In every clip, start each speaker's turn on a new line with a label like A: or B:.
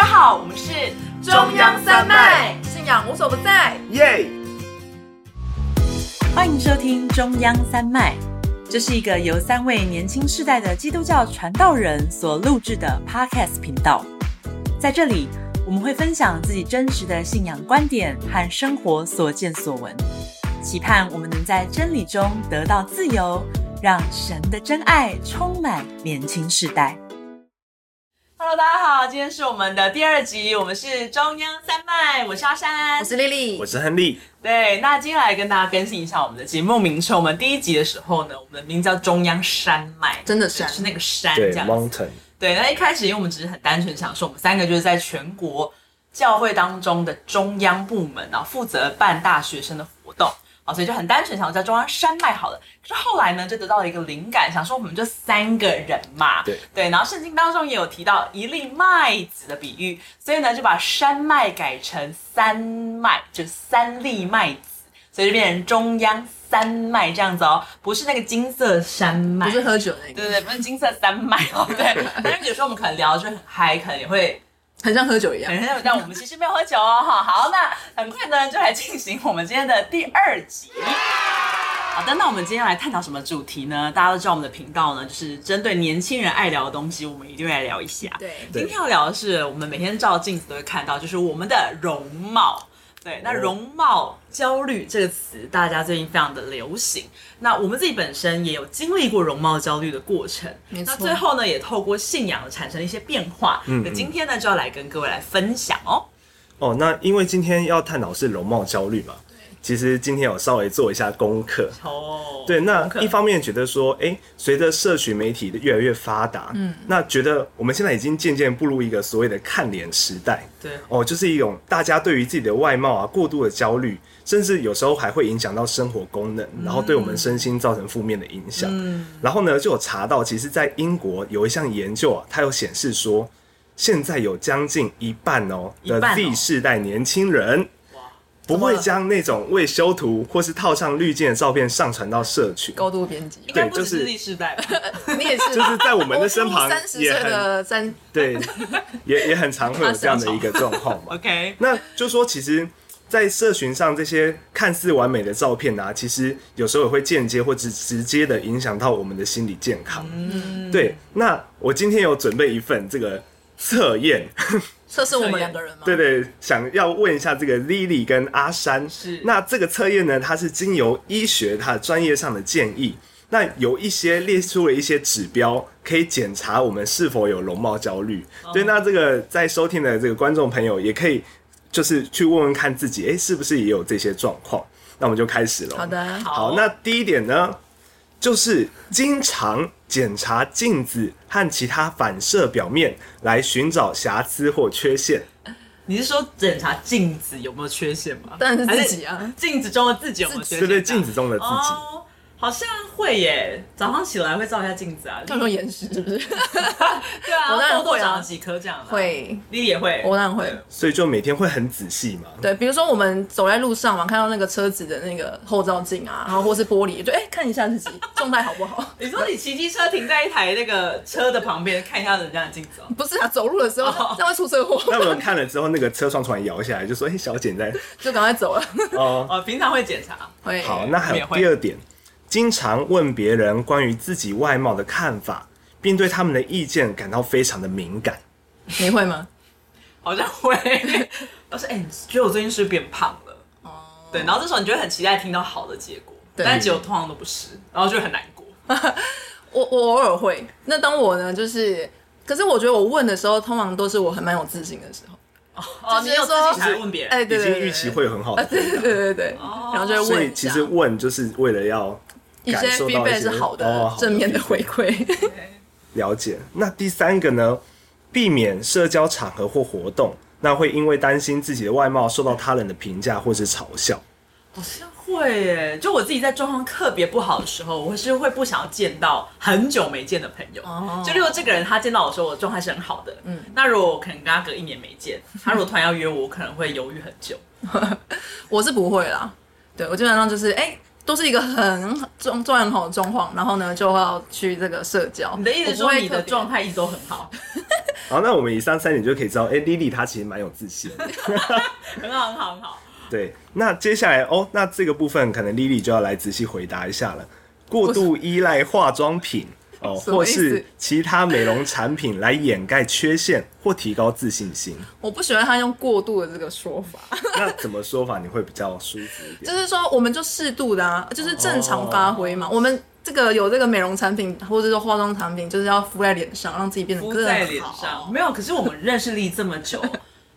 A: 好，我们是
B: 中央山脉，信仰无所不在。
C: 耶！
A: 欢迎收听中央山脉。这是一个由三位年轻世代的基督教传道人所录制的 Podcast 频道，在这里我们会分享自己真实的信仰观点和生活所见所闻，期盼我们能在真理中得到自由，让神的真爱充满年轻世代。Hello，大家好，今天是我们的第二集，我们是中央山脉，我是阿山，
B: 我是丽丽
C: 我，是亨利，
A: 对，那接下来跟大家更新一下我们的节目名称。我们第一集的时候呢，我们的名字叫中央山脉，
B: 真的
A: 是
B: 山
A: 是那个山这
C: 对
A: 样子。
C: ，Mountain，
A: 对，那一开始因为我们只是很单纯想说，我们三个就是在全国教会当中的中央部门，然后负责办大学生的活动，好，所以就很单纯想叫中央山脉好了。可是后来呢，就得到了一个灵感，想说我们就三个人嘛，
C: 对
A: 对，然后圣经当中也有提到一粒麦子的比喻，所以呢就把山脉改成三麦，就三粒麦子，所以就变成中央山脉这样子哦，不是那个金色山脉，
B: 不是喝酒那
A: 对
B: 个，
A: 对对，不是金色三麦哦，对。但是有时候我们可能聊就很嗨，可能也会，
B: 很像喝酒一样
A: 可。能但我们其实没有喝酒哦，哈。好，那很快呢就来进行我们今天的第二集。好的，那我们今天来探讨什么主题呢？大家都知道我们的频道呢，就是针对年轻人爱聊的东西，我们一定会来聊一下。
B: 对，
A: 今天要聊的是，我们每天照镜子都会看到，就是我们的容貌。对，那
C: 哦
A: 容貌焦虑这个词，大家最近非常的流行。那我们自己本身也有经历过容貌焦虑的过程，
B: 没错
A: 那最后呢，也透过信仰产生了一些变化。
C: 嗯
A: 那
C: 嗯
A: 今天呢，就要来跟各位来分享哦。
C: 哦，那因为今天要探讨是容貌焦虑嘛，其实今天有稍微做一下功课。
A: 哦，
C: 对，那
A: 功课
C: 一方面觉得说，哎、随着社群媒体的越来越发达，嗯，那觉得我们现在已经渐渐步入一个所谓的看脸时代，
A: 对
C: 哦，就是一种大家对于自己的外貌啊过度的焦虑，甚至有时候还会影响到生活功能，然后对我们
B: 嗯
C: 身心造成负面的影响。然后呢，就有查到，其实，在英国有一项研究啊，它有显示说，现在有将近一半哦
A: 一
C: 的
A: 半哦
C: Z 世代年轻人。不
B: 怎么
C: 会
B: 了
C: 将那种未修图或是套上滤镜的照片上传到社群，
B: 高度编辑
A: 应，该
C: 对
A: 不只
C: 就是
A: 是 Z 世代吧？
B: 你也 是，
C: 就是在我们的身旁
B: 三十
C: 也
B: 岁
C: 很
B: 的三，
C: 对， 也也很常会有这样的一个状况嘛。
A: OK，
C: 那就说，其实，在社群上这些看似完美的照片啊，其实有时候也会间接或直直接的影响到我们的心理健康。
A: 嗯，
C: 对，那我今天有准备一份这个测验，
B: 测试我们两个人吗？
C: 对对，想要问一下这个 Lily 跟阿山，
A: 是
C: 那这个测验呢，它是经由医学它的专业上的建议。那有一些列出了一些指标，可以检查我们是否有容貌焦虑。
B: 哦
C: 对，那这个在收听的这个观众朋友也可以，就是去问问看自己，诶，是不是也有这些状况？那我们就开始了。
B: 好，的，
C: 好，那第一点呢，就是经常检查镜子和其他反射表面，来寻找瑕疵或缺陷。
A: 你是说检查镜子有没有缺陷吗？
B: 当然是自己啊
A: 还是镜子中的自己有没有缺
C: 对
A: 陷、啊？
C: 对，镜子中的自己。
A: 哦，好像会耶，早上起来会照一下镜子 啊。
B: 看有没有眼屎是不是？
A: 对啊，
B: 我当然
A: 痘痘
B: 会啊
A: 长了几颗这样、啊。，
B: 会，
A: 你也会。
B: 我当然会。
C: 所以就每天会很仔细嘛。
B: 对，比如说我们走在路上嘛，看到那个车子的那个后照镜 啊，然后或是玻璃，就哎、看一下自己状态好不好。
A: 你说你骑机车停在一台那个车的旁边，看一下人家的镜子哦。
B: 不是啊，走路的时候
A: 哦
B: 那会出车 祸，
C: 那我们看了之后，那个车窗突然摇下来，就说：“哎、小姐你在
B: 就赶快走了。
C: 哦。
A: 哦，平常会检查。
B: 会，
C: 好，那还
A: 我也
C: 有
A: 会
C: 第二点，经常问别人关于自己外貌的看法，并对他们的意见感到非常的敏感。
B: 你会吗？
A: 好像 会。我说，哎、你觉得我最近是不是变胖了？哦，对，然后这时候你就会很期待听到好的结果，
B: 对
A: 但结果通常都不是，然后就会很难过。
B: 我我偶尔会。那当我呢，就是，可是我觉得我问的时候，通常都是我很蛮有自信的时候。
A: 哦，你有自
B: 说
A: 己想问别人，
B: 哎、对
C: 已
B: 对
C: 经
B: 对
C: 预期会有很好
B: 啊，
C: 的
B: 对
C: 回
B: 对
C: 答，
B: 对对对，
A: 哦
B: 然后就会
C: 所
B: 问
C: 以
B: 一
C: 其
B: 下
C: 实问就是为了要
B: 一
C: 感
B: 些
C: 受
B: f e
C: 到
B: e
C: 一些
B: d 是好
C: 哦
B: 的正面的回馈，
C: 了解。那第三个呢，避免社交场合或活动，那会因为担心自己的外貌受到他人的评价或是嘲笑。
A: 好像会耶，就我自己在状况特别不好的时候，我是会不想要见到很久没见的朋友。
B: 哦
A: 就例如这个人，他见到我说我状态是很好的，嗯，那如果我可能跟他隔一年没见，他如果突然要约我，我可能会犹豫很久。
B: 我是不会啦。对我基本上就是哎、都是一个很状状态很好的状况，然后呢就要去这个社交。
A: 你的意思是
B: 我
A: 说
B: 不会
A: 你
B: 特
A: 的
B: 别
A: 状态一直都很好？
C: 好，那我们以上三点就可以知道，哎、l i l y 她其实蛮有自信的。
A: 很好，很好，很好。
C: 对，那接下来哦，那这个部分可能 Lily 就要来仔细回答一下了。过度依赖化妆品哦，
B: 什么
C: 或
B: 意思
C: 是其他美容产品来掩盖缺陷或提高自信 心，
B: 我不喜欢他用过度的这个说法，
C: 那怎么说法你会比较舒服一
B: 就
C: 点？
B: 是说我们就适度的啊，就是正
C: 哦
B: 常发挥嘛。我们这个有这个美容产品或者说化妆产品，就是要敷在脸上，让自己变得
A: 敷
B: 更
A: 在脸
B: 好。
A: 上没有，可是我们认识丽这么久，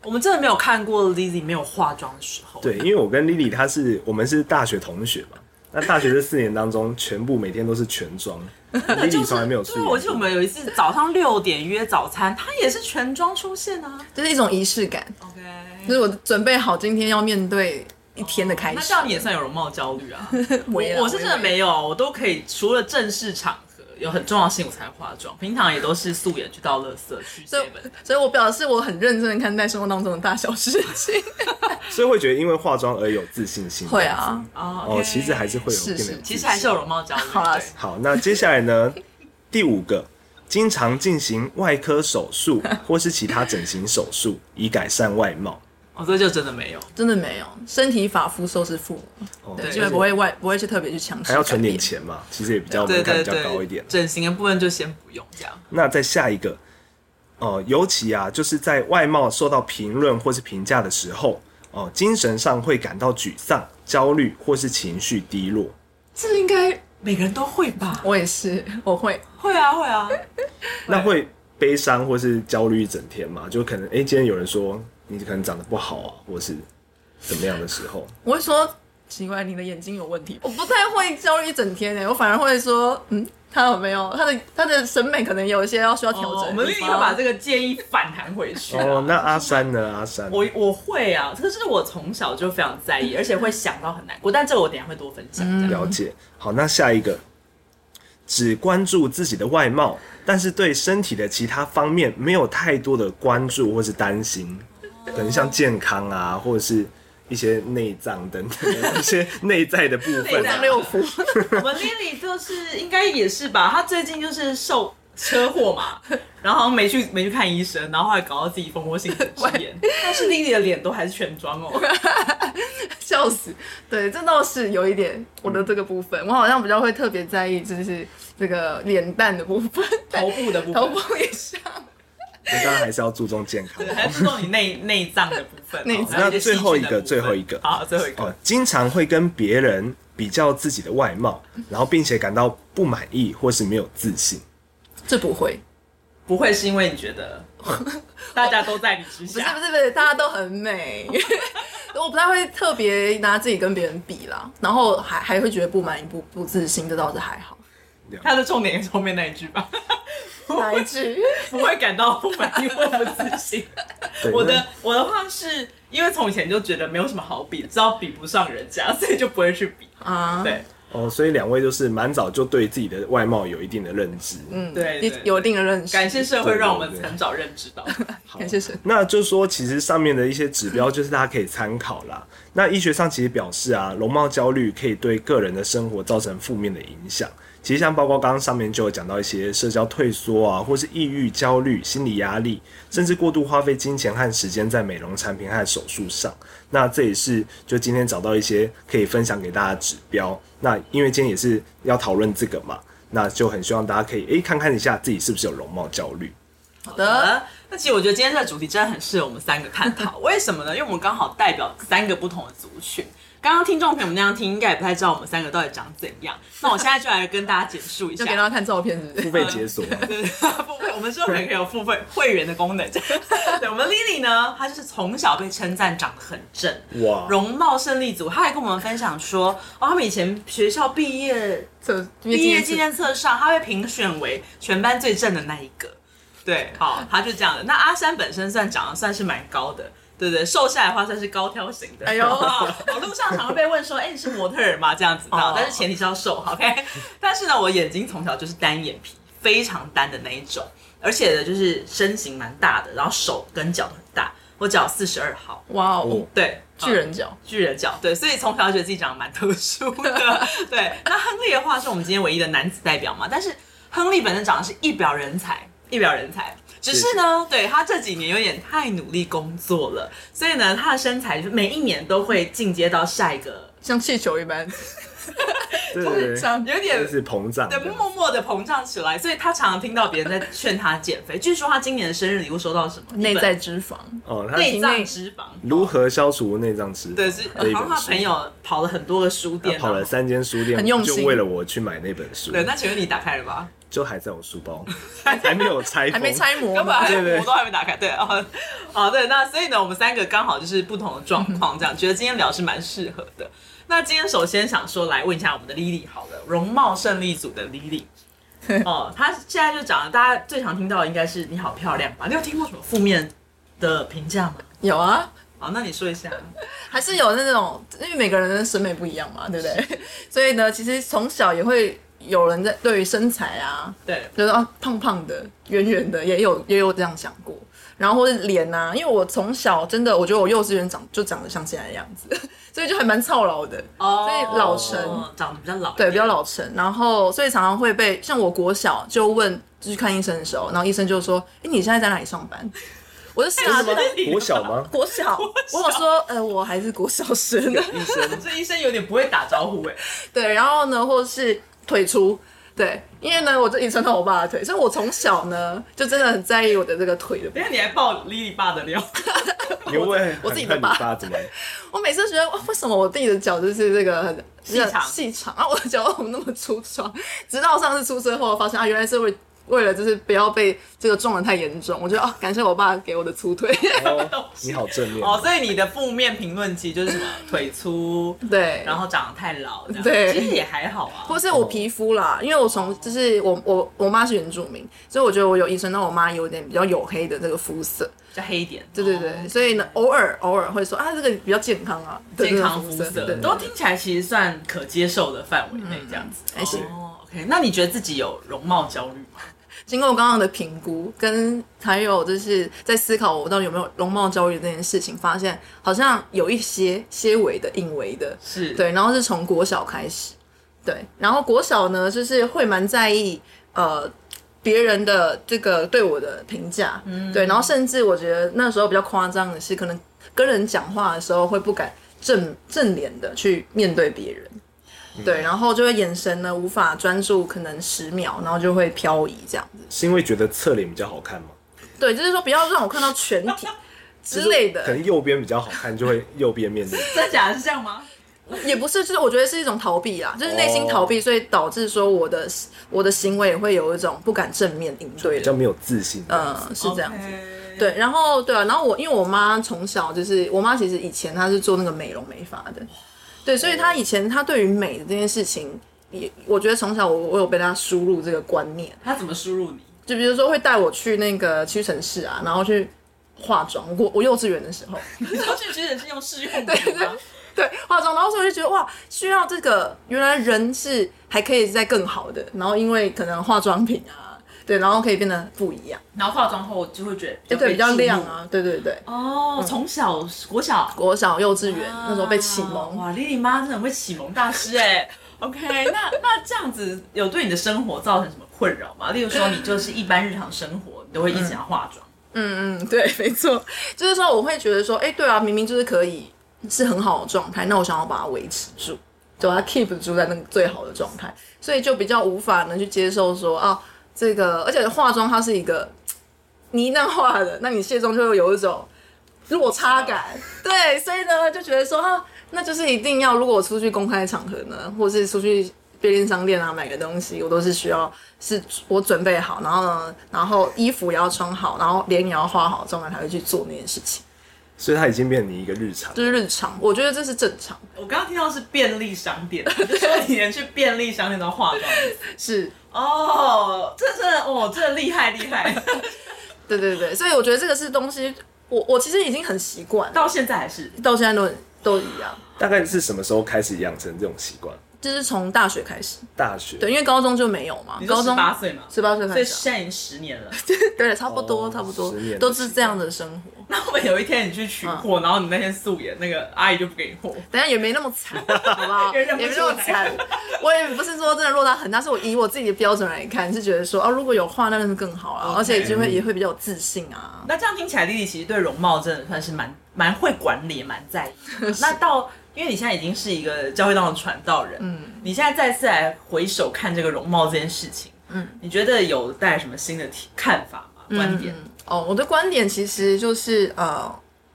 A: 我们真的没有看过 Lizzy 没有化妆的时候。
C: 对，因为我跟 Lily 她是我们是大学同学嘛，那大学这四年当中，全部每天都是全 妆，Lily 从来没有出
A: 对，啊我记得我
C: 过。
A: 们有一次早上六点约早餐，她也是全妆出现啊。
B: 就是一种仪式感，
A: OK，
B: 就是我准备好今天要面对一天的开
A: 那
B: 始
A: 这。样你也算有容貌焦虑 啊？我
B: 微啦
A: 我是真的没有，我都可以除了正式场合有很重要的事情我才化妆， 平常也都是素颜去到垃圾去
B: 所以
A: seven。，
B: 所以我表示我很认真的看待生活当中的大小事情。
C: 所以会觉得因为化妆而有自信心。
B: 会啊，
A: 哦
C: 哦，其实还是会有
B: 是
C: 变得
B: 是
C: 有
A: 其
C: 自
A: 实还
C: 信
A: 是有容貌焦虑。
B: 好啦
A: 对
C: 好，那接下来呢？ 第五个，经常进行外科手 术或是其他整形手术以改善外貌。
A: 我哦这就真的 没有。
B: 真的没有，身体发肤受之父母，
C: 哦
B: 对，
A: 对
B: 就不会外不会去特别去强势。
C: 还要存点。钱嘛，其实也比较门
A: 对
C: 槛
A: 对
C: 比较高一点
A: 对，。整形的部分就先不用这样。
C: 那再下一个，呃，尤其啊，就是在外貌受到评论或是评价的时候，哦、精神上会感到沮丧、焦虑或是情绪低落。
A: 这应该每个人都会吧？
B: 我也是，我会，
A: 会啊，会啊。
C: 那会悲伤或是焦虑一整天嘛？就可能哎、诶今天有人说你可能长得不好啊，或是怎么样的时候。
B: 我会说奇怪，你的眼睛有问题。我不太会焦虑一整天欸诶、我反而会说，嗯，他有没有他的他的审美可能有一些要需 要调
A: 哦我
B: 整的地方、
A: 们立刻把这个建议反弹回去啊。
C: 哦，那阿三呢？阿三，
A: 我我会啊，这是我从小就非常在意，而且会想到很难过。但这个我等一下会多分享。这样
C: 了解。好，那下一个，只关注自己的外貌，但是对身体的其他方面没有太多的关注或是担心，可能像健康啊，或者是一些内脏等等 的一些内在的部
A: 内
C: 分啊、
A: 脏
B: 六福，
A: 我们 Lily 就是应该也是吧，她最近就是受车祸嘛，然后好像没去没去看医生，然后后来搞到自己蜂窝 性组织炎。但是 Lily 的脸都还是全妆哦，
B: 笑死。对，这倒是有一点我
A: 嗯
B: 的这个部分，我好像比较会特别在意，就是这个脸蛋的部 分，
A: 头部的部
B: 头
A: 分，
B: 部也是。
C: 那当然还是要注重健康。
A: 对，还是注重你内内脏的部分哦。
B: 内脏
A: 还有些
C: 那最后一个
A: 细菌的部分
C: 最后一个
A: 好， 最后一个
C: 哦，经常会跟别人比较自己的外貌，然后并且感到不满意或是没有自信。
B: 这不会，
A: 不会是因为你觉 得大家都在你之
B: 不是不
A: 下，
B: 是不是，大家都很美。 我不太会特别拿自己跟别人比啦，然后还还会觉得不满意、不不自信，这倒是还好。
A: 他的重点是后面那一句吧，
B: 哪 一句？
A: 不会感到不满意或不自 信。
C: 对
A: 我
C: 那
A: 的我的话是因为从以前就觉得没有什么好比，知道比不上人家，所以就不会去比。
B: 啊，
A: 对
C: 哦，所以两位就是蛮早就对自己的外貌有一定的认知。
B: 嗯，
A: 对对
B: 有一定的认识。
A: 感谢社会让我们很早认知 到。
C: 好
B: 感谢神。
C: 那就说，其实上面的一些指标就是大家可以参考啦。那医学上其实表示啊，容貌焦虑可以对个人的生活造成负面的影响。其实像包括刚刚上面就有讲到一些社交退缩啊，或是抑郁、焦虑、心理压力，甚至过度花费金钱和时间在美容产品和手术上。那这也是就今天找到一些可以分享给大家的指标。那因为今天也是要讨论这个嘛，那就很希望大家可以诶看看一下自己是不是有容貌焦虑。
B: 好的，
A: 呃，那其实我觉得今天这个主题真的很适合我们三个探讨，为什么呢？因为我们刚好代表三个不同的族群。刚刚听众朋友们那样听，应该也不太知道我们三个到底长怎 样。那我现在就来跟大家简述一下
B: 就给。大家看照片，是不
C: 付
B: 是？
C: 费解锁嘛，
A: 对，付费，我们之后可能可以有付费会员的功 能。对，我们 Lily 呢，她就是从小被称赞长得很正，
C: 哇，
A: 容貌胜利组，她还跟我们分享说，哦，他们以前学校毕业
B: 这
A: 毕业纪念册上，他被评选为全班最正的那一个。对，好，他就这样的。那阿山本身算长得算是蛮高的，对不对？瘦下来的话算是高挑型的。
B: 哎 呦
A: 好我路上常会被问说，哎、你是模特儿吗？这样子，
B: 哦
A: 但是前提是要瘦好，OK？但是呢，我眼睛从小就是单眼皮，非常单的那一种，而且呢，就是身形蛮大的，然后手跟脚都很大，我脚四十二号，
B: 哇哦
C: 哦，
A: 对，
B: 巨人脚，
A: 巨人角，对，所以从小就觉得自己长得蛮特殊 的。对，那亨利的话是我们今天唯一的男子代表嘛，但是亨利本身长得是一表人才，一表人才。只是呢，对他这几年有点太努力工作了，所以呢，他的身材就是每一年都会进阶到下一个，
B: 像气球一般，
C: 对对嗯对，
B: 像
A: 有点
C: 就是膨胀的
A: 对，默默的膨胀起来，所以他常常听到别人在劝他减肥。据说他今年的生日礼物收到什么？
B: 内
A: 一本
B: 在脂肪。
C: 哦，它
A: 内脏
B: 内
A: 脂肪，
C: 如何消除内脏脂肪？
A: 对，是
C: 嗯的一
A: 好像
C: 本
A: 他
C: 书
A: 朋。友跑了很多个书
C: 他
A: 店，
C: 跑了
A: 然后
C: 三间书店
B: 很用，
C: 就
B: 心
C: 为了我去买那本书，
A: 对，那请问你打开了吗？
C: 就还在我书 包，还没有拆封，
B: 还没拆模
A: 根本还
C: 对对
A: 我都还没打开，对啊，哦好对，那所以呢，我们三个刚好就是不同的状况，这样觉得今天聊是蛮适合的。那今天首先想说来问一下我们的 Lily 好了，容貌胜利组的 Lily，哦，她现在就长得大家最常听到的应该是你好漂亮吧？你有听过什么负面的评价吗？
B: 有啊，
A: 好，那你说一下，
B: 还是有那种，因为每个人的审美不一样嘛，对不对？ 所以呢，其实从小也会有人在对于身材啊，
A: 对，
B: 就是啊胖胖的、圆圆的，也有也有这样想过。然后或者脸啊，因为我从小真的，我觉得我幼稚园长就长得像现在的样子， 所以就还蛮操劳的。
A: 哦
B: 所以老成
A: 长得比较老，
B: 对，比较，老成，然后所以常常会被像我国小就问，就去看医生的时候，然后医生就说：“哎、你现在在哪里上班？”我就傻
C: 真
B: 的
C: 的吗
A: 对？
C: 国小吗？
B: 国小，我有说，呃，我还是国小生。
C: 医生
A: 这医生有点不会打招呼哎，
B: 对，然后呢，或是腿粗，对，因为呢，我就遗传到我爸的腿，所以我从小呢就真的很在意我的这个腿的部
A: 等
B: 分
A: 一下你还爆 Lily 爸的料，
C: 你会
B: 我
C: 很
B: 自己
C: 恨
B: 的
C: 你
B: 吧
C: 爸怎么了？
B: 我每次觉得哇为什么我弟的脚就是这个很
A: 细长
B: 这个细长啊，我的脚怎么那么粗壮？直到上次出车祸，发现啊，原来是为为了就是不要被这个撞得太严重。我觉得啊，感谢我爸给我的粗腿。
C: 哦 你好正面
A: 哦，所以你的负面评论其实就是什么腿粗，
B: 对，
A: 然后长得太老，这样
B: 对
A: 其实也还好啊。
B: 或是我皮肤啦，因为我从就是我我我妈是原住民，所以我觉得我有遗传到我妈有点比较黝黑的这个肤色。
A: 比较黑一点，
B: 对对对，所以呢，偶尔偶尔会说啊，这个比较健康啊，
A: 哦，
B: 对
A: 健
B: 这个
A: 康肤
B: 色，
A: 色
B: 对，嗯
A: 都听起来其实算可接受的范围内，这样子
B: 还行
A: 哦 OK，那你觉得自己有容貌焦虑吗？
B: 经过我刚刚的评估，跟还有就是在思考我到底有没有容貌焦虑这件事情，发现好像有一些些微的、隐微的，
A: 是，
B: 对。然后是从国小开始，对。然后国小呢，就是会蛮在意呃别人的这个对我的评价，对。然后甚至我觉得那时候比较夸张的是，可能跟人讲话的时候会不敢正正脸的去面对别人。
C: 嗯
B: 对，然后就会眼神呢无法专注，可能十秒，然后就会漂移这样子。
C: 是因为觉得侧脸比较好看吗？
B: 对，就是说不要让我看到全 体之类
C: 可
B: 的，
C: 能右边比较好看，就会右边面对。
A: 真假的是这样吗？
B: 也不是，就是我觉得是一种逃避啦，就是内心逃
C: 哦
B: 避，所以导致说我的我的行为也会有一种不敢正面应对
C: 比较
B: 的，
C: 没有自信。
B: 嗯，是这样子。
A: 子，
B: 对，然后对啊，然后我因为我妈从小就是我妈，其实以前她是做那个美容美发的，对，所以她以前她对于美的这件事情，也我觉得从小我我有被她输入这个观念，
A: 他怎么输入你？
B: 就比如说会带我去那个屈臣氏啊，然后去化妆。我我幼稚园的时候，
A: 你说去屈臣氏用试用品吗？
B: 对化妆，然后所以我就觉得哇，需要这个，原来人是还可以再更好的，然后因为可能化妆品啊，对，然后可以变得不一样，
A: 然后化妆后就会觉得
B: 对对，比较亮。啊，嗯对对对。
A: 哦，从小国小
B: 国小、幼稚园、
A: 啊
B: 那时候被启蒙，
A: 哇，丽丽妈真的很会启蒙大师哎、OK，那那这样子有对你的生活造成什么困扰吗？例如说，你就是一般日常生活，你都会一直想要化妆，
B: 嗯，对， 没错，就是说我会觉得说，哎、对啊，明明就是可以是很好的状态，那我想要把它维持住，对啊，keep 住在那个最好的状态，所以就比较无法能去接受说啊，这个，而且化妆它是一个你一旦化了，那你卸妆就会有一种落差感，对，所以呢就觉得说啊，那就是一定要，如果我出去公开场合呢，或是出去便利商店啊买个东西，我都是需要是我准备好，然后呢，然后衣服也要穿好，然后脸也要化好，妆完才会去做那件事情，
C: 所以它已经变成你一个日常
B: 就。是日常，我觉得这是正常，
A: 嗯我刚刚听到是便利商 店，你就说你连去便利商店都化妆。
B: 是。
A: 哦，这真的哦，这厉害厉害，
B: 对对对，所以我觉得这个是东西，我我其实已经很习惯了，
A: 到现在还是
B: 到现在都很都一样。
C: 大概是什么时候开始养成这种习惯？
B: 就是从大学开始，
C: 大学
B: 对，因为高中就没有嘛
A: 你，
B: 高
A: 说十
B: 中
A: 八岁嘛，
B: 十八岁
A: 所
B: 开
A: 以
B: 始
A: 现在已经十年了。
B: 啊，对，差不多
C: 哦
B: 差不多
C: 十年的，
B: 都是这样的生活。
A: 那会不会有一天你去取
B: 嗯
A: 货，然后你那天素颜，那个阿姨就不给你货？
B: 等一下也没那么惨，好不好？
A: 也
B: 也
A: 认不
B: 没
A: 出
B: 那
A: 来
B: 么惨，我也不是说真的落到很大，是我以我自己的标准来看，是觉得说哦，如果有画那那是更好啊，
A: OK
B: 而且就会也会比较有自信啊。
A: 那这样听起来，丽丽其实对容貌真的算是蛮蛮会管理，也蛮在意的。 那到，因为你现在已经是一个教会当的传道人，嗯，你现在再次来回首看这个容貌这件事情，嗯，你觉得有带来什么新的体看法吗？观点？
B: 哦，我的观点其实就是呃。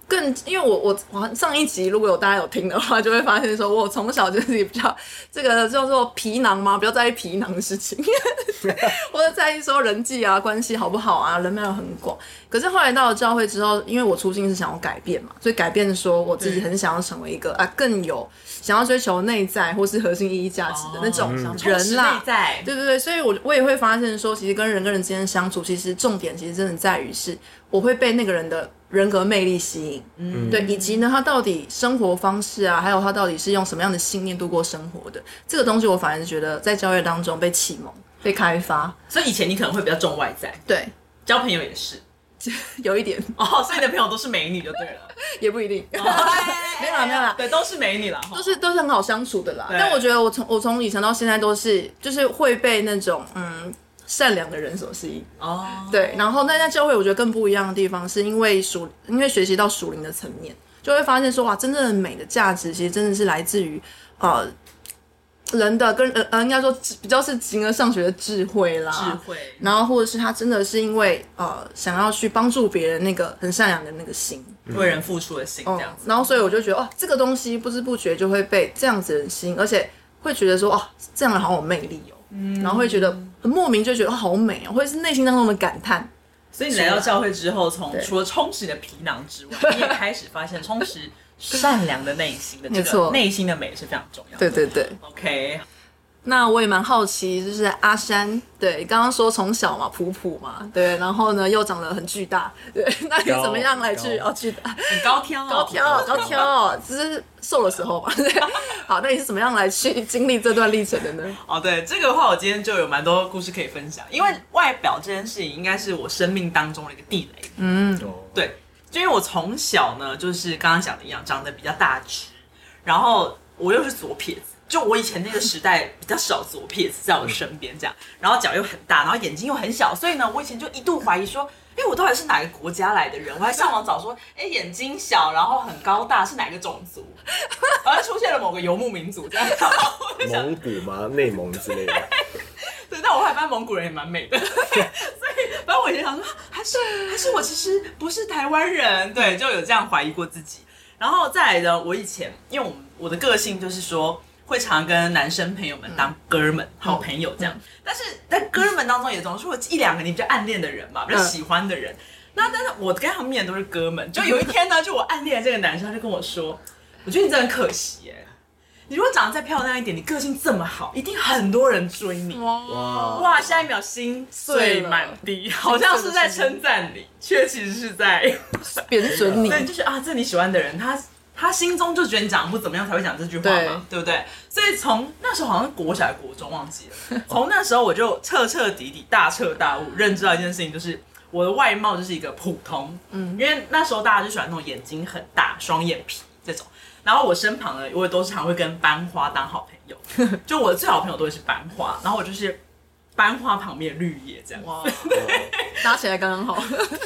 B: 更，因为我我我上一集如果有大家有听的话，就会发现说我从小就是比较这个叫做皮囊嘛，比较在意皮囊的事情， 我就在意说人际啊、关系好不好啊，人脉很广。可是后来到了教会之后，因为我初心是想要改变嘛，所以改变说我自己很想要成为一个啊更有想要追求内在或是核心意义价值的那种
A: 哦充实
B: 人啦
A: 内，在，
B: 对对对，所以我我也会发现说，其实跟人跟人之间的相处，其实重点其实真的在于是，我会被那个人的人格魅力吸引，嗯，对，以及呢，他到底生活方式啊，还有他到底是用什么样的信念度过生活的，这个东西我反而是觉得在交易当中被启蒙、被开发，
A: 所以以前你可能会比较重外在，
B: 对，
A: 交朋友也是
B: 有一点
A: 哦，所以你的朋友都是美女就对 了，哦
B: 也不一定，
A: 哎
B: 没
A: 没
B: 有啦没有啦，
A: 对，都是美女啦，都
B: 都是都是很好相处的啦。
A: 对
B: 但我觉得我从我从以前到现在都是，就是会被那种嗯善良的人所吸引。
A: 哦，
B: 对，然后那在教会我觉得更不一样的地方，是因为属因为学习到属灵的层面，就会发现说哇，真正的美的价值其实真的是来自于呃人的跟呃呃应该说比较是形而上学的智慧啦，
A: 智慧，
B: 然后或者是他真的是因为呃想要去帮助别人那个很善良的那个心，哦
A: 为人付出的心嗯这样子。
B: 然后所以我就觉得哇，哦这个东西不知不觉就会被这样子的人吸引，而且会觉得说哇，这样的人好有魅力哦，然后会觉得莫名就觉得哇好美哦，或者是内心当中的感叹。
A: 所以你来到教会之后，从
B: 对
A: 除了充实你的皮囊之 外，你也开始发现充实善良的内心的这
B: 没
A: 个
B: 错
A: 内心的美是非常重要的。
B: 对对对。
A: OK，
B: 那我也蛮好奇，就是阿山，对，刚刚说从小嘛，普普嘛，对，然后呢又长得很巨大，对，那你
C: 高
B: 怎么样来去
C: 高
B: 哦巨大
A: 很高挑、哦，
B: 高 挑高挑，只是瘦的时候嘛， 对，好，那你是怎么样来去经历这段历程的呢？
A: 哦，对这个的话，我今天就有蛮多故事可以分享，因为外表这件事情应该是我生命当中的一个地雷。
C: 哦
A: 对，就因为我从小呢，就是刚刚讲的一样，长得比较大只，然后我又是左撇子，就我以前那个时代比较少左撇子在我身边这样，然后脚又很大，然后眼睛又很小，所以呢，我以前就一度怀疑说。哎，我到底是哪个国家来的人？我还上网找说，哎，眼睛小，然后很高大，是哪个种族？ 好像出现了某个游牧民族这样。然后我就想
C: 蒙古吗？内蒙之类的，
A: 对，但我后来发现蒙古人也蛮美的，所以反正我以前想说，还是还是我其实不是台湾人，对，就有这样怀疑过自己。然后再来呢，我以前因为我们我的个性就是说，会常跟男生朋友们当哥们、好朋友这样，但是在哥们当中也总是会有一两个你比较暗恋的人嘛，比较喜欢的人。那但是我跟他们也都是哥们，就有一天呢，就我暗恋的这个男生，他就跟我说，我觉得你真的很可惜哎。你如果长得再漂亮一点，你个性这么好，一定很多人追你。
C: 哇
A: 哇，下一秒心碎满地，好像是在称赞你，却其实是在，
B: 贬损你
A: 对，就是啊，这你喜欢的人，他他心中就觉得你长得不怎么样才会讲这句话嘛，对不对？所以从那时候好像国小还国中忘记了， 从那时候我就彻彻底底大彻大悟，认知到一件事情，就是我的外貌就是一个普通，嗯，因为那时候大家就喜欢那种眼睛很大、双眼皮这种。然后我身旁呢，我也都是常会跟班花当好朋 友，就我的最好朋友都会是班花，然后我就是班花旁边的绿叶这样。
B: 哇，搭起来刚刚好，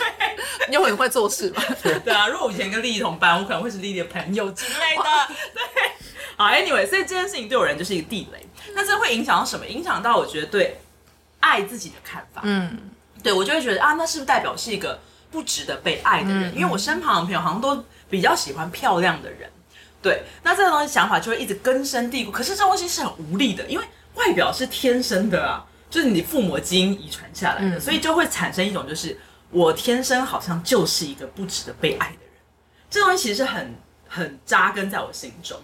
B: 你又很会做事嘛，
A: 对啊，如果我以前跟丽丽同班，我可能会是丽丽的朋友之类的。对，好，anyway，所以这件事情对我而言就是一个地雷。那这会影响到什么？影响到我觉得对爱自己的看法。
B: 嗯，
A: 对我就会觉得啊，那是不是代表是一个不值得被爱的人？因为我身旁的朋友好像都比较喜欢漂亮的人。对，那这个东西想法就会一直根深蒂固。可是这东西是很无力的，因为外表是天生的啊，就是你父母基因遗传下来的，所以就会产生一种就是我天生好像就是一个不值得被爱的人。这东西其实是很很扎根在我心中。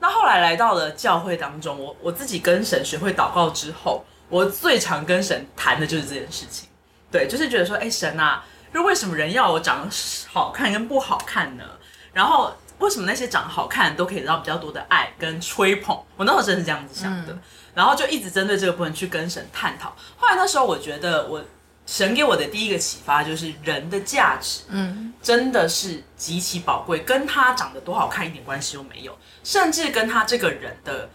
A: 那后来来到了教会当中，我我自己跟神学会祷告之后，我最常跟神谈的就是这件事情。对，就是觉得说，哎、神啊，就为什么人要我长得好看跟不好看呢？然后为什么那些长得好看都可以得到比较多的爱跟吹捧？我那时候真的是这样子想的，然后就一直针对这个部分去跟神探讨。后来那时候我觉得我。神给我的第一个启发就是人的价值，嗯，真的是极其宝贵，跟他长得多好看一点关系都没有，甚至跟他这个人的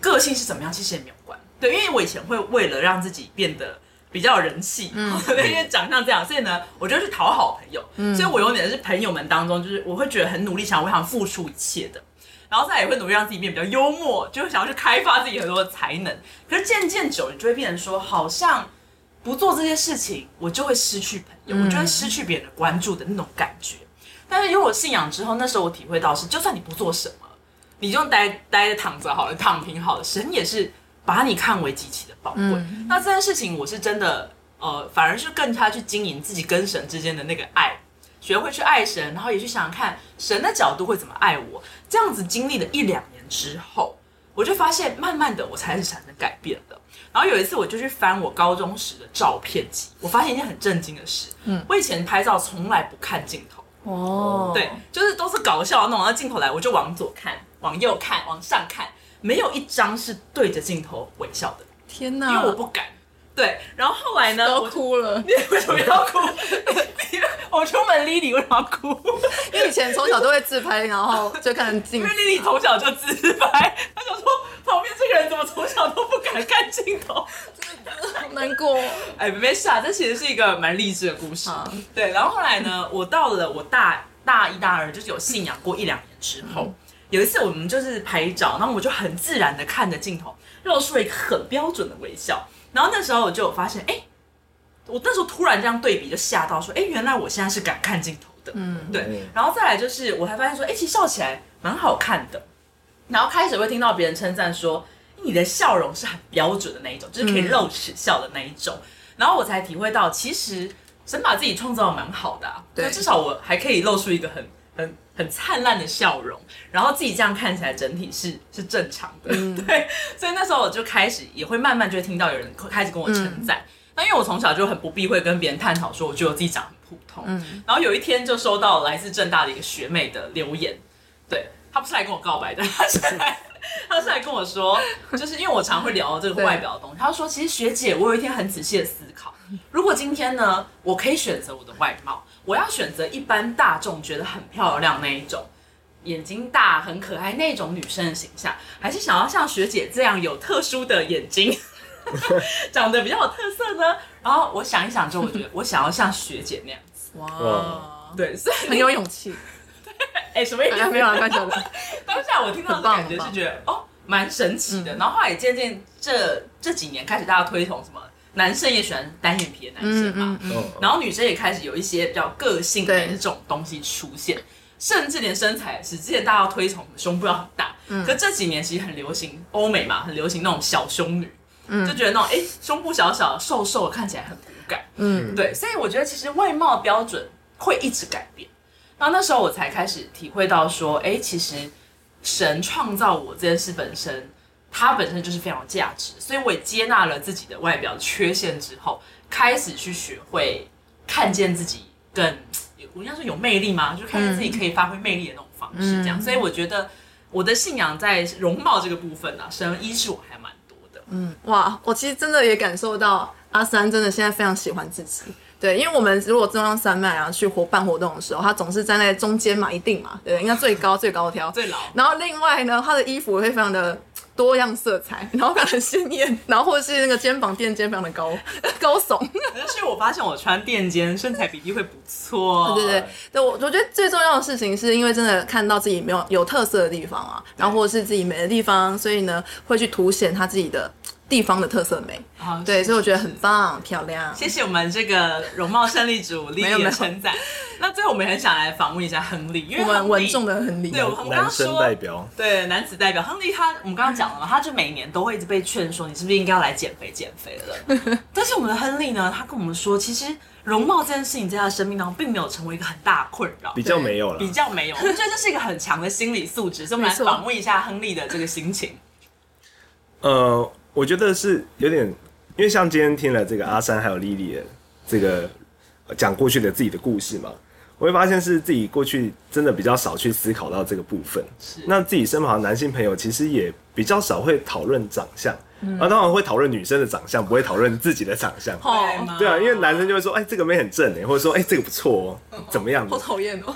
A: 个性是怎么样，其实也没有关。对，因为我以前会为了让自己变得比较有人气， 嗯，因为长相这样，所以呢，我就去讨好朋友，所以我永远是朋友们当中，就是我会觉得很努力，想要为他们付出一切的。然后再也会努力让自己变比较幽默，就是想要去开发自己很多的才能。可是渐渐久，你就会变成说，好像不做这些事情，我就会失去朋友，我就会失去别人的关注的那种感觉。但是有我信仰之后，那时候我体会到是，就算你不做什么，你就待待着躺着好了，躺平好了，神也是把你看为极其的宝贵。那这件事情，我是真的，呃，反而是更加去经营自己跟神之间的那个爱，学会去爱神，然后也去想想看神的角度会怎么爱我。这样子经历了一两年之后，我就发现，慢慢的我才是产生改变的。然后有一次，我就去翻我高中时的照片集，我发现一件很震惊的事。嗯，我以前拍照从来不看镜头，
B: 哦，
A: 对，就是都是搞笑的那种。那镜头来，我就往左看，往右看，往上看，没有一张是对着镜头微笑的，
B: 天
A: 因
B: 哪，
A: 为我不敢。对，然后后来呢？
B: 嗯都
A: 我就
B: 哭了。
A: 你为什么要 哭？你我出门 Lily 为什么要哭？
B: 因为以前从小都会自拍，然后就看镜
A: 因
B: 子
A: 为，丽丽从小就自拍，她想说旁边这个人怎么从小都不敢看镜头。
B: 好难过。
A: 哎，没事啊，这其实是一个蛮励志的故事。
B: 好
A: 对，然后后来呢，我到了我大大一、大二，就是有信仰过一两年之后，有一次我们就是拍照，然后我就很自然的看着镜头，露出了一个很标准的微笑。然后那时候我就有发现，哎，我那时候突然这样对比，就吓到说，哎，原来我现在是敢看镜头的。嗯，对
C: 嗯。
A: 然后再来就是，我才发现说，哎，其实笑起来蛮好看的。然后开始会听到别人称赞说，你的笑容是很标准的那一种，就是可以露齿笑的那一种。然后我才体会到，其实神把自己创造的蛮好的、啊，
B: 对
A: 就至少我还可以露出一个很很很灿烂的笑容，然后自己这样看起来整体是是正常的， 对。所以那时候我就开始也会慢慢就会听到有人开始跟我称赞。那因为我从小就很不避讳跟别人探讨，说我觉得我自己长得很普通。然后有一天就收到来自正大的一个学妹的留言，对她不是来跟我告白的，她是来她是来跟我说，就是因为我常会聊这个外表的东西，她就说其实学姐，我有一天很仔细的思考，如果今天呢，我可以选择我的外貌，我要选择一般大众觉得很漂亮那一种。眼睛大、很可爱那种女生的形象，还是想要像学姐这样有特殊的眼睛，长得比较有特色呢？然后我想一想之后，我觉 得我想要像学姐那样子。
B: 哇
C: 哇，
A: 对，所以
B: 很有勇气。
A: 哎、什 么意
B: 哎呀，
A: 思？
B: 哦没有啦，开玩的。
A: 当下我听到的
B: 很棒嗯
A: 感觉是觉得哦，蛮神奇的。然后后来也渐渐这这几年开始，大家推崇什么男生也喜欢单眼皮的男生嘛，
B: 嗯嗯
C: 嗯
A: 然后女生也开始有一些比较个性的
B: 对
A: 这种东西出现，甚至连身材也是。之前大家推崇胸部要很大，可这几年其实很流行欧美嘛，很流行那种小胸女，就觉得那种哎、诶胸部小小瘦瘦的看起来很骨感，嗯，对，所以我觉得其实外貌标准会一直改变。然后那时候我才开始体会到说，哎、其实神创造我这件事本身，它本身就是非常有价值，所以我也接纳了自己的外表缺陷之后，开始去学会看见自己更，我应该说有魅力吗？就看
B: 嗯
A: 见自己可以发挥魅力的那种方式，这样。所以我觉得我的信仰在容貌这个部分呢、啊，神医治我还蛮多的。嗯，
B: 哇，我其实真的也感受到阿三真的现在非常喜欢自己。对，因为我们如果中央山脉啊去活办活动的时候，他总是站在中间嘛，一定嘛，对，应该最高最高挑，
A: 最老
B: 然后另外呢，他的衣服会非常的多样色彩，然后很鲜艳， 然后或者是那个肩膀垫肩非常的高 高耸。
A: 可是我发现我穿垫肩，身材比例会不错。
B: 对对对，对我我觉得最重要的事情是因为真的看到自己没有有特色的地方啊，然后或者是自己美的地方，所以呢会去凸显他自己的地方的特色美。
A: 好，
B: 对，所以我觉得很棒，漂亮。
A: 谢谢我们这个容貌胜利组丽
B: 没有
A: 丽
B: 没
A: 的
B: 有
A: 称赞。那最后我们也很想来访问一下亨利，因为
B: 我们
A: 亨利
B: 稳重的很理，
A: 对，我们刚
C: 男
A: 刚
C: 生
A: 说
C: 代表，
A: 对男子代表亨利他，我们刚刚讲了嘛，他就每年都会一直被劝说，你是不是应该要来减肥减肥 了？但是我们的亨利呢，他跟我们说，其实容貌这件事情在他的生命当中并没有成为一个很大的困扰，
C: 比较没有了
A: 比。较没有，我们觉得这是一个很强的心理素质，所以我们来
B: 没错
A: 访问一下亨利的这个心情。
C: 呃，我觉得是有点，因为像今天听了这个阿三还有莉莉的这个呃讲过去的自己的故事嘛，我会发现是自己过去真的比较少去思考到这个部分。那自己身旁的男性朋友其实也比较少会讨论长相，啊，当然会讨论女生的长相，不会讨论自己的长相。
A: 对
B: 哦，
A: 吗
C: 对啊，因为男生就会说，哎，这个妹很正哎，或者说，哎，这个不错哦，怎么样
B: 好
C: 的？
B: 讨厌 哦。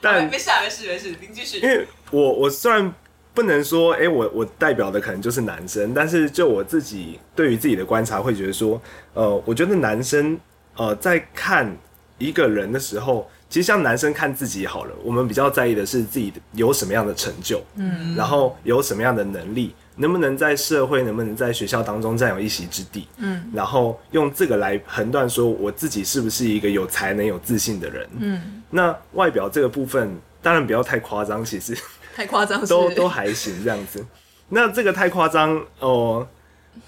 C: 但
A: 没事啊没事没事，您继续
C: 因。为我我虽然不能说，哎、我我代表的可能就是男生，但是就我自己对于自己的观察，会觉得说，呃，我觉得男生呃在看一个人的时候，其实像男生看自己好了，我们比较在意的是自己有什么样的成就，嗯，然后有什么样的能力，能不能在社会，能不能在学校当中占有一席之地，嗯，然后用这个来衡断说我自己是不是一个有才能、有自信的人，嗯，那外表这个部分。当然不要太夸张，其实
B: 太夸 张，是
C: 都都还行这样子。那这个太夸张哦，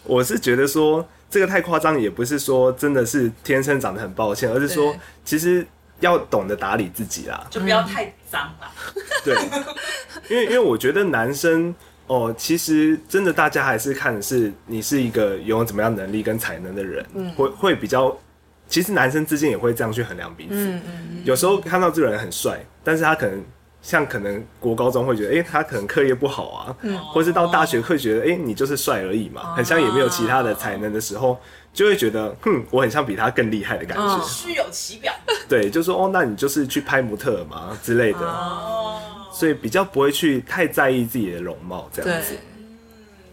C: 我是觉得说这个太夸张，也不是说真的是天生长得很抱歉，而是说
B: 对
C: 其实要懂得打理自己啦。
A: 就不要太脏了。
C: 对，因为因为我觉得男生哦，其实真的大家还是看的是你是一个拥有怎么样能力跟才能的人，会会比较。其实男生之间也会这样去衡量彼此，有时候看到这个人很帅，但是他可能像可能国高中会觉得，哎、他可能课业不好啊，或是到大学会觉得，哎、你就是帅而已嘛，很像也没有其他的才能的时候，就会觉得，哼，我很像比他更厉害的感觉，
B: 嗯
A: 虚有其表
C: 对，就说哦，那你就是去拍模特儿嘛之类的，
A: 哦，
C: 所以比较不会去太在意自己的容貌这样
B: 对
C: 子。，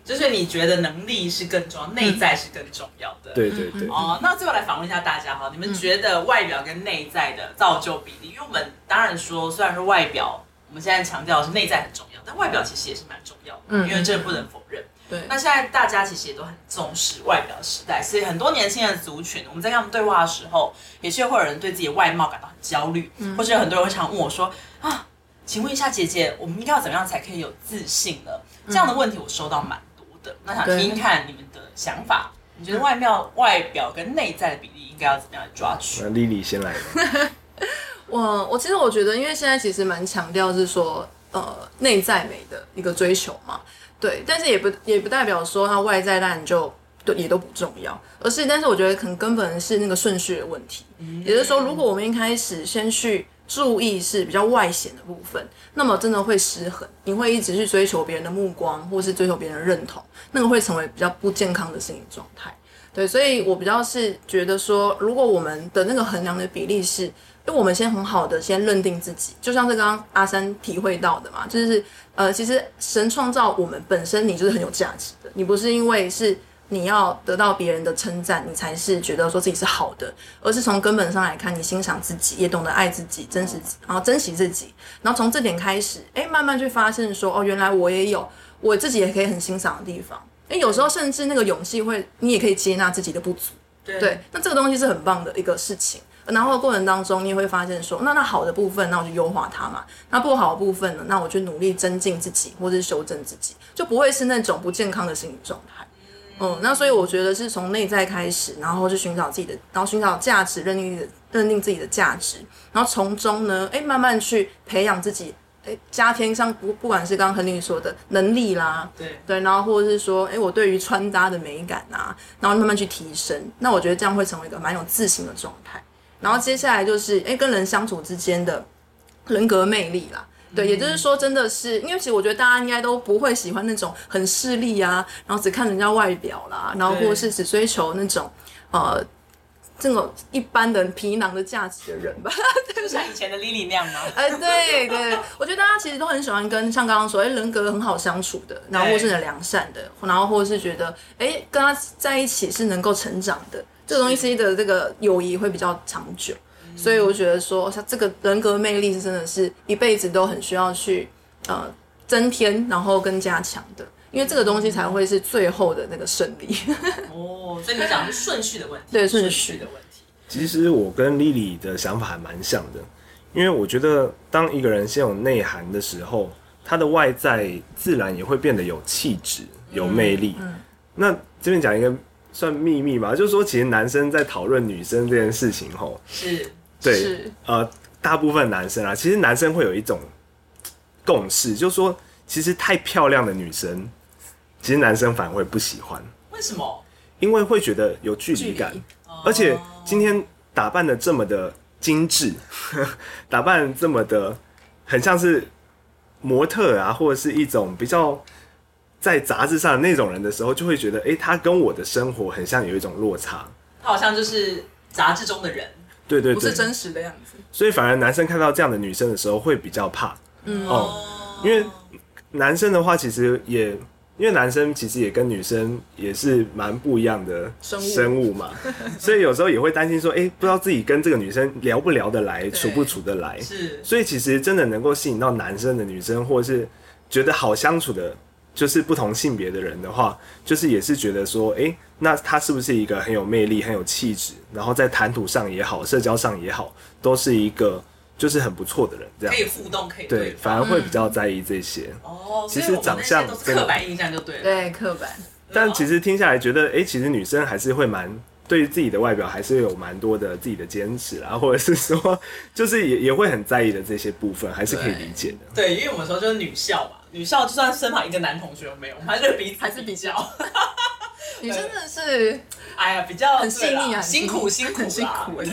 A: 就是你觉得能力是更重要，
C: 嗯
A: 内在是更重要的。。
C: 对对对，
A: 哦，那最后来访问一下大家哈，你们觉得外表跟内在的造就比例？因为我们当然说，虽然说外表，我们现在强调的是内在很重要，但外表其实也是蛮重要的，
B: 嗯
A: 因为这不能否认。
B: 对
A: 那现在大家其实也都很重视外表的时代，所以很多年轻的族群，我们在跟他们对话的时候，也是会有人对自己的外貌感到很焦虑，
B: 嗯
A: 或者有很多人会常问我说啊，请问一下姐姐，我们应该要怎么样才可以有自信呢？这
B: 嗯
A: 样的问题我收到蛮多的，那想听听看你们的想法。你觉得外貌、外表跟内在的比例应该要怎么样抓取？
C: 那 Lily 先来吧，
B: 我我其实我觉得，因为现在其实蛮强调是说，呃，内在美的一个追求嘛，对，但是也不也不代表说它外在烂就对也都不重要，而是但是我觉得可能根本是那个顺序的问题，也就是说，如果我们一开始先去注意是比较外显的部分，那么真的会失衡，你会一直去追求别人的目光，或是追求别人的认同，那个会成为比较不健康的心理状态。对，所以我比较是觉得说，如果我们的那个衡量的比例是，因为我们先很好的先认定自己，就像是刚刚阿三体会到的嘛，就是呃，其实神创造我们本身，你就是很有价值的，你不是因为是你要得到别人的称赞，你才是觉得说自己是好的，而是从根本上来看，你欣赏自己，也懂得爱自己，珍惜，然后珍惜自己，然后从这点开始，哎，慢慢去发现说，哦，原来我也有我自己也可以很欣赏的地方。哎，有时候甚至那个勇气会，你也可以接纳自己的不足。
A: 对
B: 对，那这个东西是很棒的一个事情。然后过程当中，你也会发现说，那那好的部分，那我就优化它嘛；那不好的部分呢，那我就努力增进自己，或者是修正自己，就不会是那种不健康的心理状态。嗯，那所以我觉得是从内在开始，然后去寻找自己的，然后寻找价值，认定自己的认定自己的价值，然后从中呢，哎，慢慢去培养自己，哎，加添上不不管是刚刚亨利说的能力啦，
A: 对，
B: 对，然后或者是说，哎，我对于穿搭的美感啊，然后慢慢去提升。那我觉得这样会成为一个蛮有自信的状态。然后接下来就是，哎，跟人相处之间的人格魅力啦。对，也就是说，真的是因为其实我觉得大家应该都不会喜欢那种很势利啊，然后只看人家外表啦，然后或者是只追求那种呃这种一般的皮囊的价值的人吧。
A: 就像以前的 Lily 那样吗？
B: 哎，对对，我觉得大家其实都很喜欢跟像刚刚说，哎，人格很好相处的，然后或是很良善的，然后或是觉得，哎，跟他在一起是能够成长的，这个东西的这个友谊会比较长久。
C: 嗯
B: 所以我觉得说，像这个人格魅力是真的是一辈子都很需要去呃增添，然后跟加强的，因为这个东西才会是最后的那个胜利。
A: 哦，所以你讲的是顺序的问题，
B: 对
A: 顺
B: 顺序
A: 序的问题。
C: 其实我跟 Lily 的想法还蛮像的，因为我觉得当一个人先有内涵的时候，他的外在自然也会变得有气质、有魅力。那这边讲一个算秘密嘛，就是说，其实男生在讨论女生这件事情后，
A: 是，
C: 对
B: 是，
C: 呃，大部分男生啊，其实男生会有一种共识，就是说，其实太漂亮的女生，其实男生反而会不喜欢，
A: 为什么？
B: 哦
C: 因为会觉得有距离感，而且今天打扮的这么的精致， 打扮这么的，很像是模特啊，或者是一种比较在杂志上的那种人的时候，就会觉得，诶，他跟我的生活很像有一种落差。
A: 他好像就是杂志中的人，
C: 对对
B: 不
C: 对
B: 是，真实的样子。
C: 所以反而男生看到这样的女生的时候会比较怕。嗯哦，因为男生的话其实也，因为男生其实也跟女生也是蛮不一样的
B: 生物
C: 生物 嘛，所以有时候也会担心说，诶，不知道自己跟这个女生聊不聊得来，处不处得来。
A: 是
C: 所以其实真的能够吸引到男生的女生，或者是觉得好相处的，就是不同性别的人的话，就是也是觉得说，诶，那他是不是一个很有魅力、很有气质，然后在谈吐上也好，社交上也好，都是一个就是很不错的人，这样
A: 可以互动，可以
C: 对，
A: 话
C: 反而会比较在意这些。
A: 哦，
C: 其实
A: 所以我们
C: 长
A: 那些
C: 相
A: 都是
C: 真的
A: 刻板印象就对了。
B: 对，刻板。
C: 但其实听下来觉得，诶，其实女生还是会蛮。对于自己的外表还是有蛮多的自己的坚持啊， 或者是说，就是也也会很在意的这些部分，还是可以理解的。
A: 对，因为我们说就是女校嘛，女校就算身旁一个男同学都没有，我们还是会彼此
B: 还是比
A: 较。
B: 你真的是
A: 哎呀，比较
B: 很细腻
A: 对啦
B: 啊，
A: 辛苦辛苦
B: 很辛
A: 啦
B: 苦。啊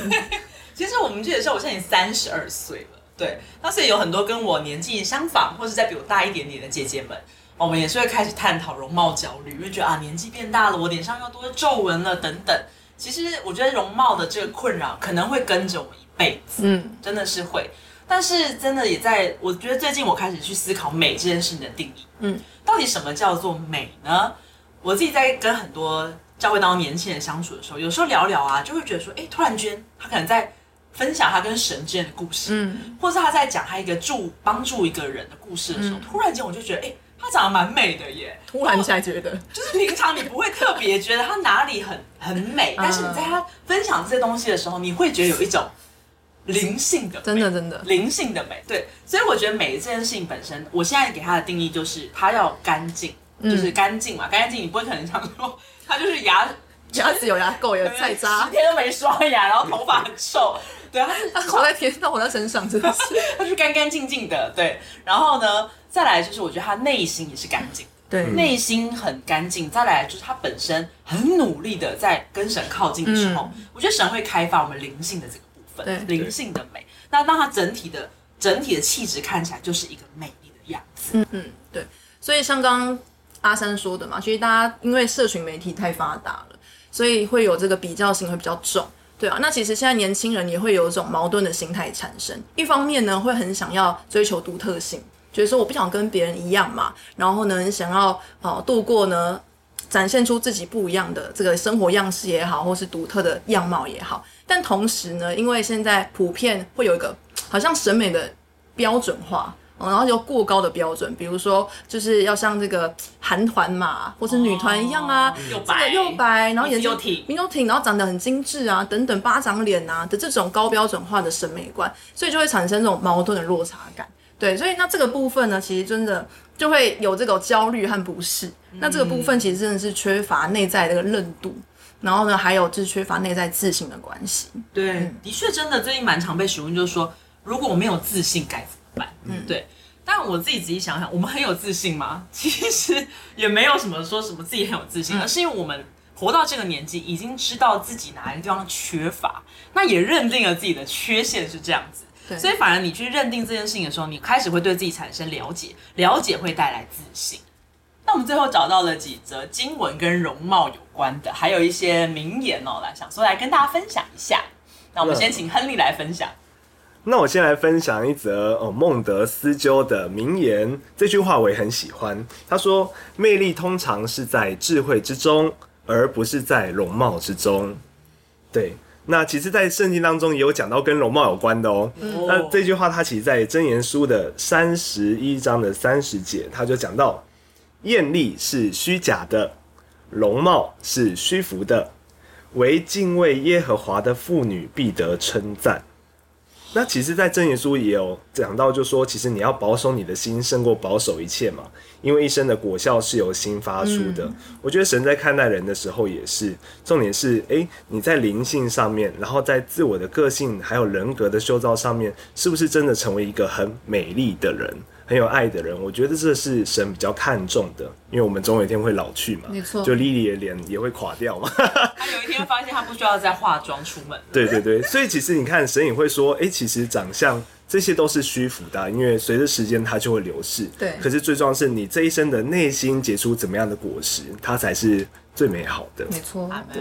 A: 其实我们记得说，我现在已经三十二岁了，对，那所以有很多跟我年纪相仿，或是再比我大一点点的姐姐们，我们也是会开始探讨容貌焦虑，因为觉得啊，年纪变大了，我脸上又多皱纹了等等。其实我觉得容貌的这个困扰可能会跟着我们一辈子，
B: 嗯，
A: 真的是会。但是真的也在，我觉得最近我开始去思考美这件事情的定义。
B: 嗯，
A: 到底什么叫做美呢？我自己在跟很多教会当中年轻人相处的时候，有时候聊聊啊，就会觉得说，哎，突然间他可能在分享他跟神之间的故事，
B: 嗯，
A: 或是他在讲他一个助帮助一个人的故事的时候，
B: 嗯
A: 突然间我就觉得，哎，他长得蛮美的耶。
B: 突然才觉得，
A: 就是平常你不会特别觉得他哪里很很美，
B: 嗯
A: 但是你在他分享这些东西的时候，你会觉得有一种灵性的美，
B: 真的真的，
A: 灵性的美，对，所以我觉得美这件事情本身，我现在给它的定义就是它要干净，就是干净嘛，干干净，你不会可能想说它就是牙
B: 牙齿有牙垢，有菜渣
A: 十，天都没刷牙，然后头发很臭，对，它是
B: 它活在天，它活在身上，真的是。
A: 它是干干净净的，对，然后呢，再来就是我觉得他内心也是干净的。
B: 对
A: 内心很干净，再来就是他本身很努力的在跟神靠近的时候，我觉得神会开发我们灵性的这个部分，
B: 嗯对
A: 灵性的美。那当他整体的整体的气质看起来就是一个美丽的样子，
B: 嗯，对，所以像刚刚阿三说的嘛，其实大家因为社群媒体太发达了，所以会有这个比较心会比较重，对啊。那其实现在年轻人也会有一种矛盾的心态产生，一方面呢会很想要追求独特性，觉得说我不想跟别人一样嘛，然后呢很想要哦、呃度过呢展现出自己不一样的这个生活样式也好，或是独特的样貌也好。但同时呢，因为现在普遍会有一个好像审美的标准化。哦然后有过高的标准，比如说就是要像这个韩团嘛，或是女团一样啊，
A: 哦又
B: 这个
A: 白
B: 又白，然后
A: 鼻
B: 眼
A: 子
B: 睛
A: 又挺，
B: 鼻又挺，然后长得很精致啊，等等巴掌脸啊的这种高标准化的审美观，所以就会产生这种矛盾的落差感。对，所以那这个部分呢，其实真的就会有这种焦虑和不适。那这个部分其实真的是缺乏内在的这个韧度，然后呢，还有就是缺乏内在自信的关系。
A: 对，的确真的最近蛮常被询问，就是说如果我没有自信该怎么办？嗯，对。但我自己仔细想想，我们很有自信吗？ 其实也没有什么说什么自己很有自信，而是因为我们活到这个年纪，已经知道自己哪些地方缺乏，那也认定了自己的缺陷是这样子。
B: 对
A: 所以反而你去认定这件事情的时候，你开始会对自己产生了解，了解会带来自信。那我们最后找到了几则经文跟容貌有关的，还有一些名言哦，来想说来跟大家分享一下。那我们先请亨利来分享。
C: 那我先来分享一则哦，孟德斯鸠的名言，这句话我也很喜欢。他说：“魅力通常是在智慧之中，而不是在容貌之中。”对，那其实，在圣经当中也有讲到跟容貌有关的哦。那这句话，它其实在箴言书的三十一章的三十节，他就讲到：艳丽是虚假的，容貌是虚浮的，唯敬畏耶和华的妇女必得称赞。那其实，在箴言书也有讲到，就说其实你要保守你的心，胜过保守一切嘛，因为一生的果效是由心发出的。
B: 嗯
C: 我觉得神在看待人的时候也是，重点是，诶，你在灵性上面，然后在自我的个性还有人格的修造上面，是不是真的成为一个很美丽的人，很有爱的人，我觉得这是神比较看重的，因为我们总有一天会老去嘛，
B: 没错
C: 就莉莉的脸也会垮掉嘛，
A: 他有一天发现他不需要再化妆出门了。
C: 对对对，所以其实你看，神也会说，哎、其实长相这些都是虚浮的啊、因为随着时间它就会流逝。
B: 对
C: 可是最重要的是你这一生的内心结出怎么样的果实，它才是最美好的。
B: 没错，
A: 阿门。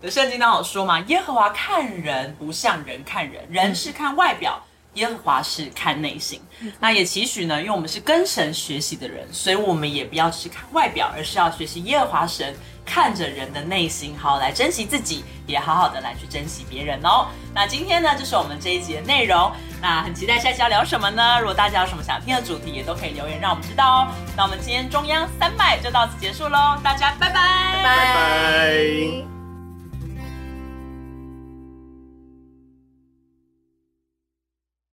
A: 对，圣经当中有说嘛，耶和华看人不像人看人，人是看外表，耶和华是看内心。那也期许呢，因为我们是跟神学习的人，所以我们也不要只是看外表，而是要学习耶和华神看着人的内心，好好来珍惜自己，也好好的来去珍惜别人哦。那今天呢，就是我们这一集的内容。那很期待下期要聊什么呢？如果大家有什么想听的主题，也都可以留言让我们知道哦。那我们今天中央三脉就到此结束喽，大家拜拜
B: 拜
C: 拜。